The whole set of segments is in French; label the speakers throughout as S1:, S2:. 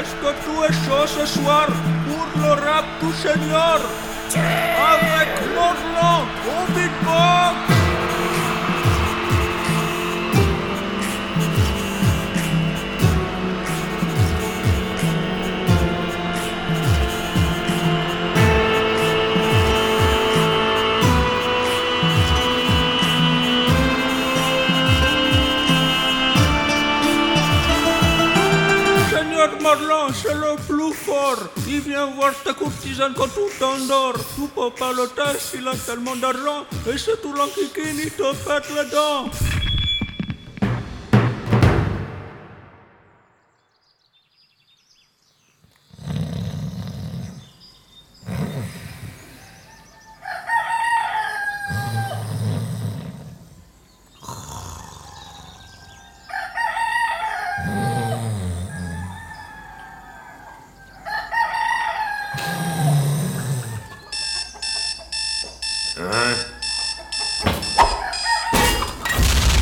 S1: Esto tu eso soir pour le rap du senior avec Morlan au beatbox. Seigneur Morlan, c'est le plus fort. Il vient voir ta courtisane quand tout t'endors. Tu peux pas le taire s'il a tellement d'argent. Et c'est tout l'enquiquine, il te pète les dents.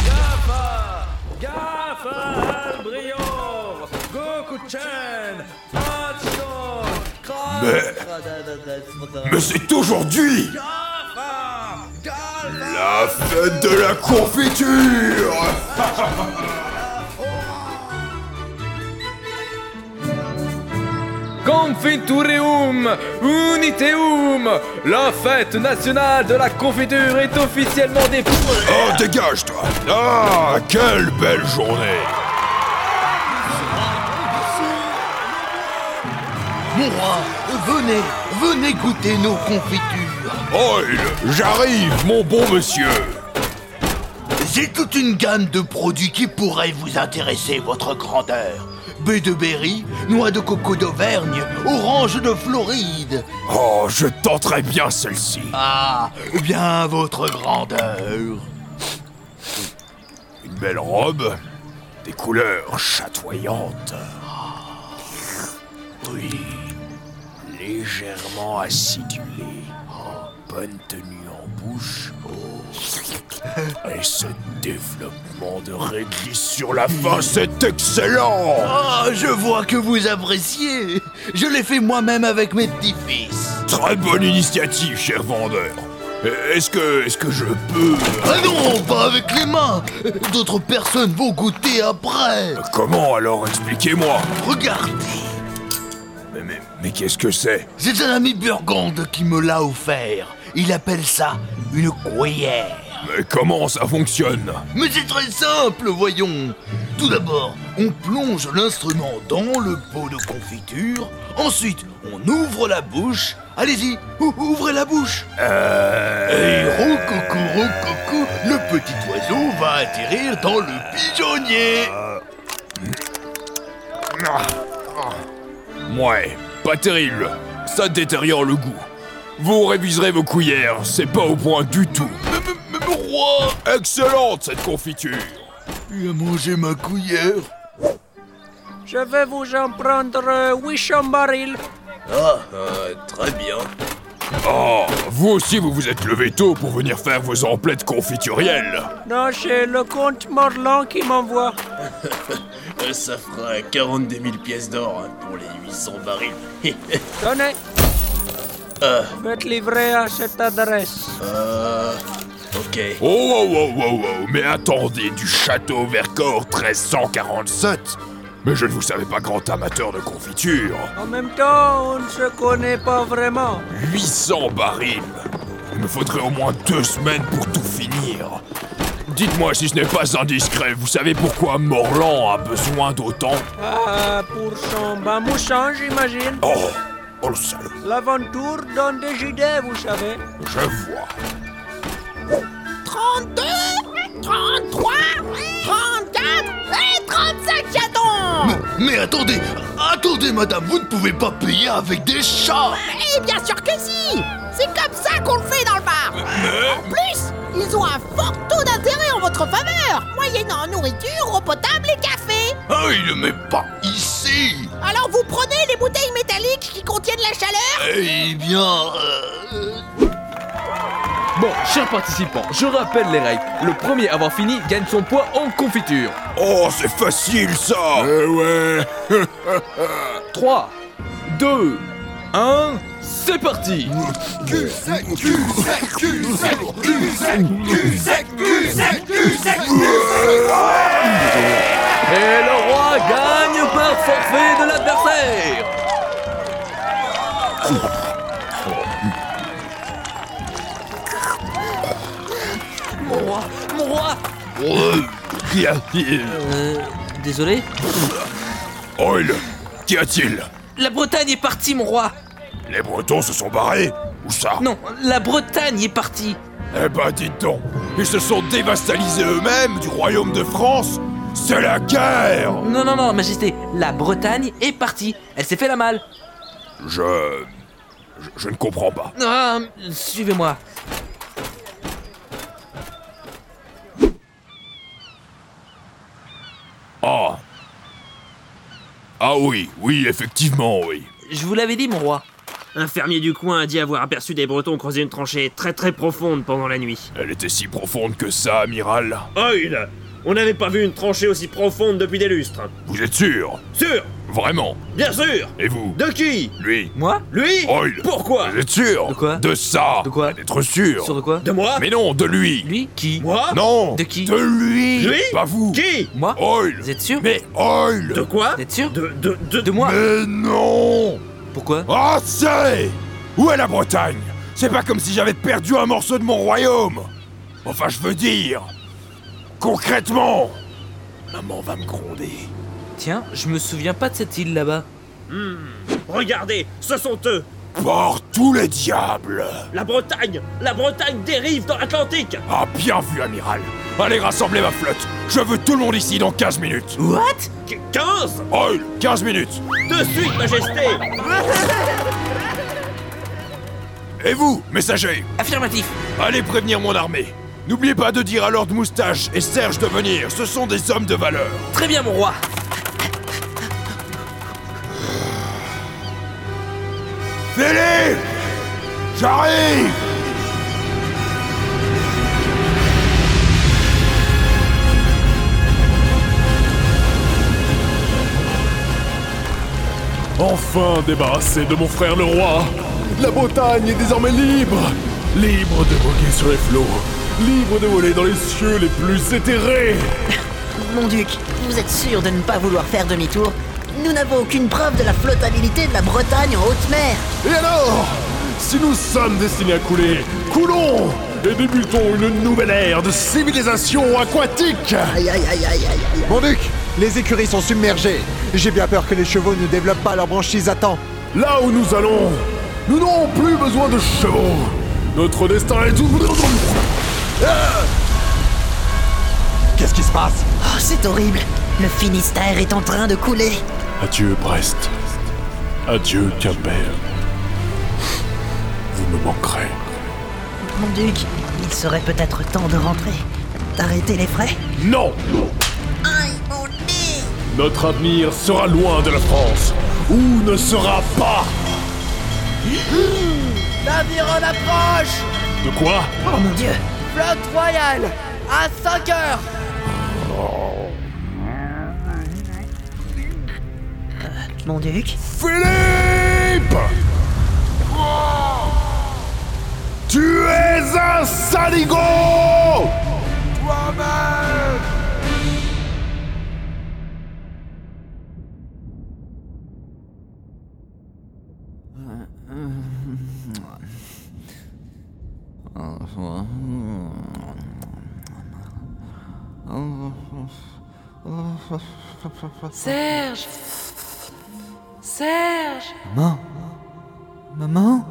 S2: GAFA GAFA Albrior Goku-chan Hatchon
S3: Mais c'est aujourd'hui
S2: GAFA GAFA
S3: La fête de la confiture
S4: Confitureum Uniteum La fête nationale de la confiture est officiellement défoulée
S3: Oh, dégage toi Ah, quelle belle journée
S5: Mon roi, venez, venez goûter nos confitures.
S3: Oil, j'arrive, mon bon monsieur
S5: J'ai toute une gamme de produits qui pourraient vous intéresser, votre grandeur. Baie de berry, noix de coco d'Auvergne, orange de Floride.
S3: Oh, je tenterai bien celle-ci
S5: Ah, bien votre grandeur.
S3: Une belle robe, des couleurs chatoyantes. Ah. Oui, légèrement acidulée. Bonne tenue en bouche. Oh. Et ce développement de réglisse sur la fin, c'est excellent
S5: Ah, je vois que vous appréciez. Je l'ai fait moi-même avec mes petits-fils.
S3: Très bonne initiative, cher vendeur. Euh, Est-ce que, est-ce que je peux...
S5: Ah non, pas avec les mains. D'autres personnes vont goûter après.
S3: Comment alors Expliquez-moi.
S5: Regardez.
S3: Mais, mais, mais qu'est-ce que c'est
S5: C'est un ami burgonde qui me l'a offert. Il appelle ça une couillère.
S3: Mais comment ça fonctionne
S5: Mais c'est très simple, voyons. Tout d'abord, on plonge l'instrument dans le pot de confiture. Ensuite, on ouvre la bouche. Allez-y, ou- ouvrez la bouche. Et
S3: Euh...
S5: rococo, rococo, le petit oiseau va atterrir dans le pigeonnier.
S3: Ah, ah. Ouais, pas terrible. Ça détériore le goût. Vous réviserez vos couillères, c'est pas au point du tout.
S5: Mais, mais, mais mon roi,
S3: Excellente cette confiture
S5: tu as mangé ma couillère.
S1: Je vais vous en prendre euh, 800 barils.
S5: Ah, euh, très bien.
S3: Oh, vous aussi vous vous êtes levé tôt pour venir faire vos emplettes confiturielles
S1: Non, c'est le comte Morlan qui m'envoie.
S6: Euh, Ça fera 42 000 pièces d'or hein, pour les 800 barils.
S1: Tenez,
S6: euh,
S1: je vais te livrer à cette adresse.
S6: euh, ok.
S3: Oh, oh, oh, oh, oh, mais attendez, du château Vercors 1347 Mais je ne vous savais pas grand amateur de confiture
S1: En même temps, on ne se connaît pas vraiment.
S3: 800 barils Il me faudrait au moins deux semaines pour tout finir. Dites-moi si ce n'est pas indiscret, vous savez pourquoi Morlan a besoin d'autant
S1: Ah, pour son bain moussant, j'imagine.
S3: Oh, oh le salaud,
S1: L'aventure donne des idées, vous savez.
S3: je vois.
S7: 32, 33, 34 et 35 jetons
S5: Mais attendez, attendez madame, vous ne pouvez pas payer avec des chats
S7: Et Eh bien sûr que si C'est comme ça qu'on le fait dans le bar En plus, ils ont un fort taux d'intérêt en votre faveur Moyennant nourriture, eau potable et café
S5: Ah, il le met pas ici
S7: Alors vous prenez les bouteilles métalliques qui contiennent la chaleur
S5: Eh bien... euh,
S4: Bon, chers participants, je rappelle les règles. Le premier à avoir fini gagne son poids en confiture.
S3: Oh, c'est facile ça Eh ouais
S4: 3, 2, 1, c'est parti Et le roi gagne par forfait de l'adversaire
S8: Mon roi Mon roi Euh. Désolé
S3: Oil, qu'y a-t-il
S8: La Bretagne est partie, mon roi
S3: Les Bretons se sont barrés Où ça
S8: Non, la Bretagne est partie
S3: Eh ben, dites donc Ils se sont dévastalisés eux-mêmes du royaume de France C'est la guerre
S8: Non, non, non, Majesté, la Bretagne est partie Elle s'est fait la malle
S3: Je... Je, je ne comprends pas.
S8: Ah, suivez-moi
S3: Ah Ah oui, oui, effectivement, oui.
S8: Je vous l'avais dit, mon roi
S9: Un fermier du coin a dit avoir aperçu des Bretons creuser une tranchée très très profonde pendant la nuit.
S3: Elle était si profonde que ça, amiral.
S9: Oil On n'avait pas vu une tranchée aussi profonde depuis des lustres.
S3: Vous êtes sûr
S9: Sûr
S3: Vraiment
S9: Bien sûr
S3: Et vous
S9: De qui
S3: Lui
S8: Moi
S9: Lui
S3: Oil
S9: Pourquoi
S3: Vous êtes sûr
S8: De quoi
S3: De ça
S8: De quoi
S3: D'être sûr
S8: Sur de quoi
S9: De moi
S3: Mais non, de lui
S8: Lui Qui
S9: Moi
S3: Non
S8: De qui
S3: De lui
S9: Lui
S3: Pas vous
S9: Qui
S8: Moi
S3: Oil
S8: Vous êtes sûr
S3: Mais Oil
S9: De quoi
S8: Vous êtes sûr
S9: De, de, de...
S8: De moi
S3: Mais non
S8: Pourquoi
S3: Assez Ah, Où est la Bretagne C'est pas comme si j'avais perdu un morceau de mon royaume Enfin, je veux dire... Concrètement Maman va me gronder.
S8: Tiens, je me souviens pas de cette île là-bas.
S9: Regardez, ce sont eux
S3: Par tous les diables
S9: La Bretagne La Bretagne dérive dans l'Atlantique
S3: Ah, bien vu, amiral Allez rassembler ma flotte Je veux tout le monde ici dans 15 minutes
S8: What
S9: 15
S3: Oil 15 minutes
S9: De suite, Majesté
S3: Et vous, messager
S8: Affirmatif
S3: Allez prévenir mon armée. N'oubliez pas de dire à Lord Moustache et Serge de venir, ce sont des hommes de valeur.
S8: Très bien, mon roi
S3: Philippe J'arrive
S10: Enfin débarrassé de mon frère le roi La Bretagne est désormais libre Libre de voguer sur les flots Libre de voler dans les cieux les plus éthérés
S7: Mon duc, vous êtes sûr de ne pas vouloir faire demi-tour Nous n'avons aucune preuve de la flottabilité de la Bretagne en haute mer.
S10: Et alors Si nous sommes destinés à couler, coulons Et débutons une nouvelle ère de civilisation aquatique
S7: Aïe aïe aïe aïe aïe aïe.
S11: Mon duc, les écuries sont submergées. J'ai bien peur que les chevaux ne développent pas leurs branchies à temps.
S10: Là où nous allons, nous n'aurons plus besoin de chevaux Notre destin est tout... Ah
S11: Qu'est-ce qui se passe
S7: Oh, c'est horrible. Le Finistère est en train de couler.
S10: Adieu Brest. Adieu Quimper. Vous me manquerez.
S7: Mon duc, il serait peut-être temps de rentrer. D'arrêter les frais
S10: Non
S7: Aïe, mon nez
S10: Notre avenir sera loin de la France. Ou ne sera pas
S11: Navire en approche
S10: De quoi
S7: Oh mon dieu
S11: Flotte royale À 5 heures
S7: Mon duc
S10: Philippe Tu es un saligo
S8: Serge Serge
S11: Maman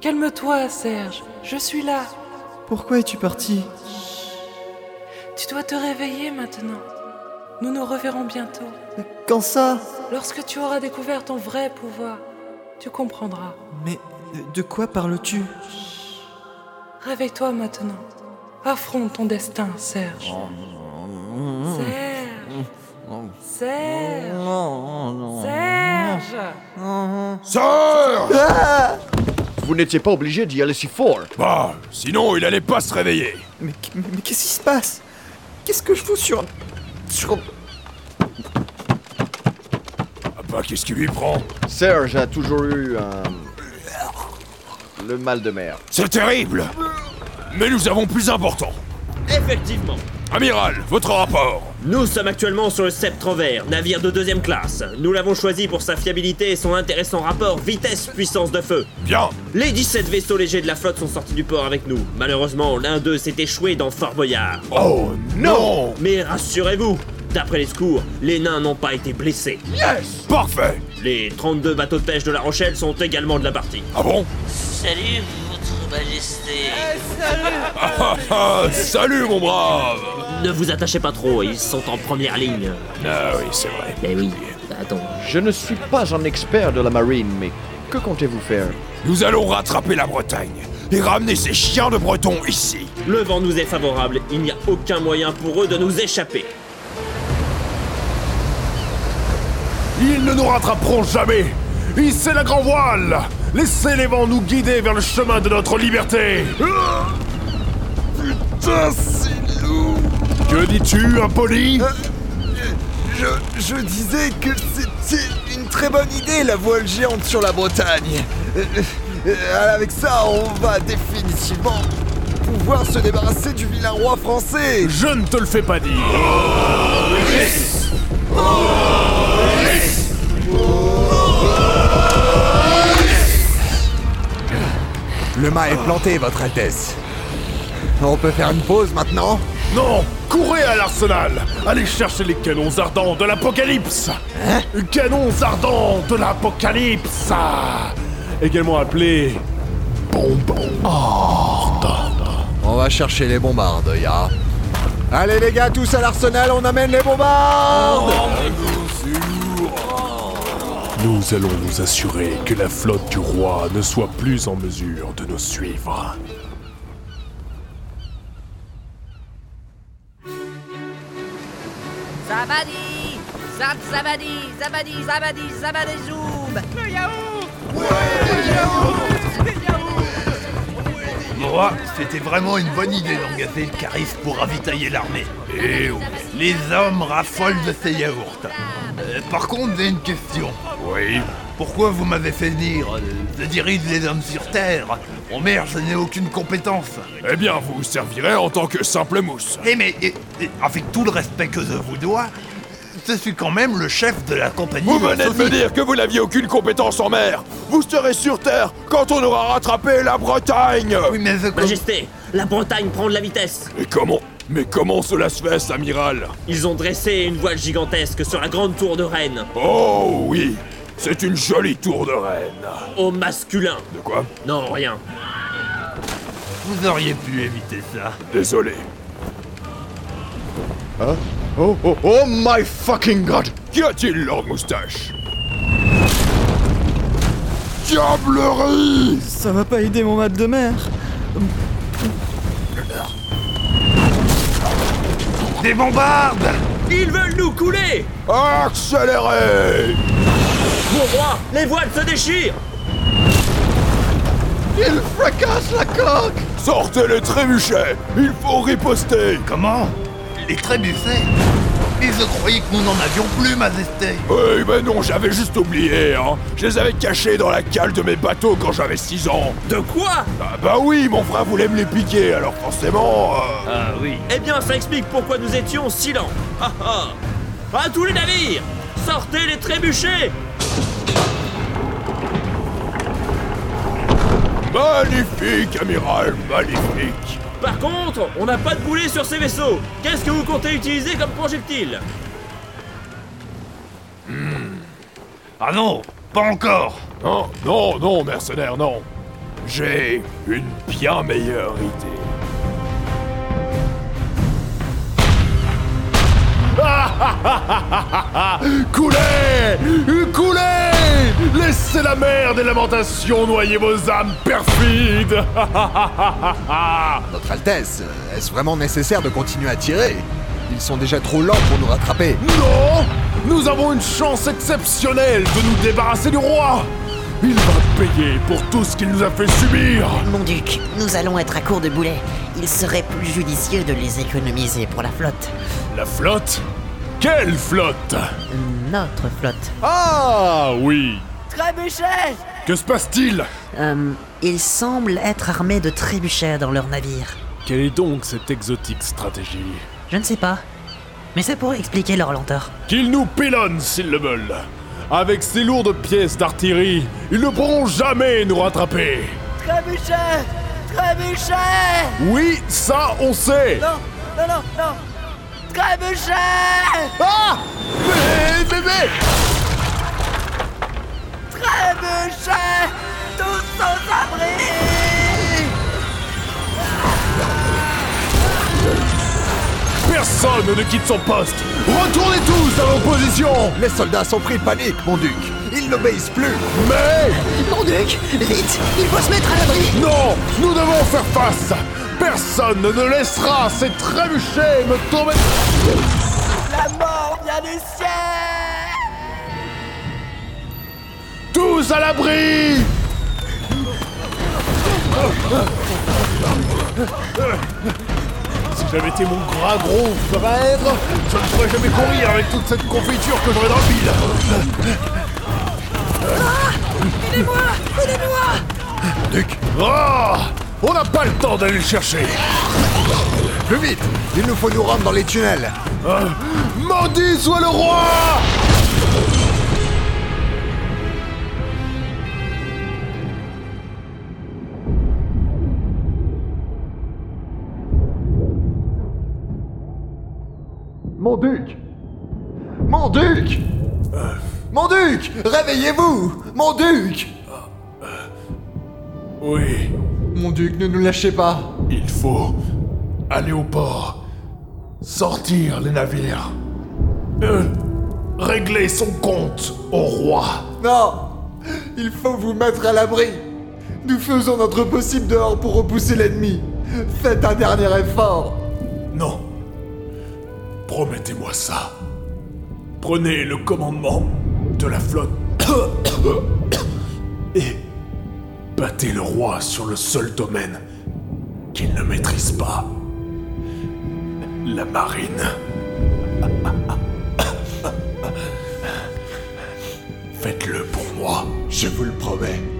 S8: Calme-toi, Serge. Je suis là.
S11: Pourquoi es-tu parti
S8: Tu dois te réveiller maintenant. Nous nous reverrons bientôt.
S11: Quand ça
S8: Lorsque tu auras découvert ton vrai pouvoir, tu comprendras.
S11: Mais euh, de- de quoi parles-tu
S8: Réveille-toi maintenant. Affronte ton destin, Serge.
S11: Oh,
S8: Serge Serge Serge
S3: Sœur
S12: vous n'étiez pas obligé d'y aller si fort.
S3: Bah, sinon il allait pas se réveiller.
S13: Mais, qu- mais qu'est-ce qui se passe Qu'est-ce que je fous sur... sur...
S3: Ah bah, qu'est-ce qui lui prend
S12: Serge a toujours eu un... Le mal de mer.
S3: C'est terrible Mais nous avons plus important.
S9: Effectivement.
S3: Amiral, votre rapport
S9: Nous sommes actuellement sur le Sceptre Vert, navire de deuxième classe. Nous l'avons choisi pour sa fiabilité et son intéressant rapport vitesse-puissance de feu.
S3: Bien
S9: Les 17 vaisseaux légers de la flotte sont sortis du port avec nous. Malheureusement, l'un d'eux s'est échoué dans Fort Boyard.
S3: Oh non
S9: Mais rassurez-vous, d'après les secours, les nains n'ont pas été blessés.
S3: Yes Parfait
S9: Les 32 bateaux de pêche de La Rochelle sont également de la partie.
S3: Ah bon
S14: Salut, votre majesté.
S3: Ah, ah, Salut mon brave
S9: Ne vous attachez pas trop, ils sont en première ligne.
S3: Ah oui, c'est vrai.
S14: Eh
S9: Mais oui, attends.
S12: Je ne suis pas un expert de la marine, mais que comptez-vous faire
S3: Nous allons rattraper la Bretagne et ramener ces chiens de Bretons ici.
S9: Le vent nous est favorable, il n'y a aucun moyen pour eux de nous échapper.
S15: Ils ne nous rattraperont jamais Hissez la grand voile Laissez les vents nous guider vers le chemin de notre liberté Ah, Putain, c'est lourd Euh, Que dis-tu, impoli
S16: Je, je disais que c'était une très bonne idée, la voile géante sur la Bretagne. Euh, euh, avec ça, on va définitivement pouvoir se débarrasser du vilain roi français.
S15: Je ne te le fais pas dire
S17: Le mât est planté, Votre Altesse. On peut faire une pause maintenant
S15: Non Courez à l'arsenal Allez chercher les canons ardents de l'apocalypse
S17: Hein
S15: Canons ardents de l'apocalypse Également appelés...
S17: Oh. On va chercher les bombardes, ya. Allez les gars, tous à l'arsenal, on amène les bombardes
S15: Oh. Nous allons nous assurer que la flotte du roi ne soit plus en mesure de nous suivre.
S7: Zabadi Zab Zabadi Zabadi Zabadi Zabadi Zoub Le yaourt
S5: Moi, c'était vraiment une bonne idée d'engager le Carif pour ravitailler l'armée. Eh oui. Les hommes raffolent de ces yaourts. Euh, par contre, j'ai une question.
S3: Oui
S5: Pourquoi vous m'avez fait dire euh, Je dirige les hommes sur Terre Oh merde, je n'ai aucune compétence.
S3: Eh bien, vous vous servirez en tant que simple mousse.
S5: Eh mais, eh, eh, avec tout le respect que je vous dois, je suis quand même le chef de la compagnie.
S3: Vous venez de me
S5: saucisse.
S3: dire que vous n'aviez aucune compétence en mer Vous serez sur Terre quand on aura rattrapé la Bretagne
S9: Majesté, la Bretagne prend de la vitesse.
S3: Mais comment Mais comment cela se fait, amiral
S9: Ils ont dressé une voile gigantesque sur la grande tour de Rennes.
S3: Oh oui C'est une jolie tour de reine.
S9: Au masculin.
S3: De quoi
S9: Non, rien.
S5: Vous auriez pu éviter ça.
S3: Désolé.
S12: Hein Oh, oh, oh my fucking god
S3: Qu'y a-t-il, Lord Moustache Diablerie
S13: Ça va pas aider mon mat de mer
S5: Des bombardes
S9: Ils veulent nous couler
S3: Accélérez
S9: Mon roi, les voiles se déchirent
S5: Il fracasse la coque
S3: Sortez les trébuchets Il faut riposter
S5: Comment Les trébuchets Mais je croyais que nous n'en avions plus, Majesté.
S3: Oui, mais non, j'avais juste oublié, hein Je les avais cachés dans la cale de mes bateaux quand j'avais 6 ans
S9: De quoi
S3: Ah bah oui, mon frère voulait me les piquer, alors forcément... euh,
S5: Ah oui.
S9: Eh bien, ça explique pourquoi nous étions si lents. Ah ah À tous les navires Sortez les trébuchets
S3: Magnifique, amiral, magnifique
S9: Par contre, on n'a pas de boulet sur ces vaisseaux. Qu'est-ce que vous comptez utiliser comme projectile
S5: Ah non, pas encore
S3: Non, non, non, mercenaire, non J'ai une bien meilleure idée.
S15: Coulez Coulez Laissez la mer des lamentations noyer vos âmes perfides
S17: Votre Altesse, euh, est-ce vraiment nécessaire de continuer à tirer Ils sont déjà trop lents pour nous rattraper.
S15: Non Nous avons une chance exceptionnelle de nous débarrasser du roi
S3: Il va payer pour tout ce qu'il nous a fait subir
S18: Mon duc, nous allons être à court de boulets. Il serait plus judicieux de les économiser pour la flotte.
S3: La flotte Quelle flotte
S18: Notre flotte.
S3: Ah oui
S1: Trébuchet
S3: Que se passe-t-il
S18: Euh, ils semblent être armés de trébuchets dans leur navire.
S3: Quelle est donc cette exotique stratégie
S18: Je ne sais pas. Mais ça pourrait expliquer leur lenteur.
S3: Qu'ils nous pilonnent s'ils le veulent Avec ces lourdes pièces d'artillerie, ils ne pourront jamais nous rattraper
S1: Trébuchet Trébuchet
S3: Oui, ça on sait
S1: Non, non, non, non Trébuchet Ah
S3: Eh,
S19: Mais bébé
S1: Trébuchet Tous sans abri
S3: Personne ne quitte son poste Retournez tous à vos positions
S20: Les soldats sont pris de panique, mon duc Ils n'obéissent plus
S3: Mais
S5: Mon duc, vite Il faut se mettre à l'abri
S3: Non Nous devons faire face Personne ne laissera ces trébuchets me tomber
S1: La mort vient du ciel
S3: Tous à l'abri Si j'avais été mon gras gros frère, je ne pourrais jamais courir avec toute cette confiture que j'aurais dans le bide
S1: Aidez-moi Aidez-moi
S3: Duc Ah On n'a pas le temps d'aller le chercher
S20: Plus vite Il nous faut nous rendre dans les tunnels
S3: Ah, Maudit soit le roi
S20: Mon duc Mon duc
S3: Euh.
S20: Mon duc Réveillez-vous Mon duc
S3: Oui.
S20: Mon duc, ne nous lâchez pas
S3: Il faut aller au port, sortir les navires, euh, régler son compte au roi.
S20: Non Il faut vous mettre à l'abri Nous faisons notre possible dehors pour repousser l'ennemi Faites un dernier effort
S3: Non. Promettez-moi ça. Prenez le commandement de la flotte et battez le roi sur le seul domaine qu'il ne maîtrise pas. La marine. Faites-le pour moi, je vous le promets.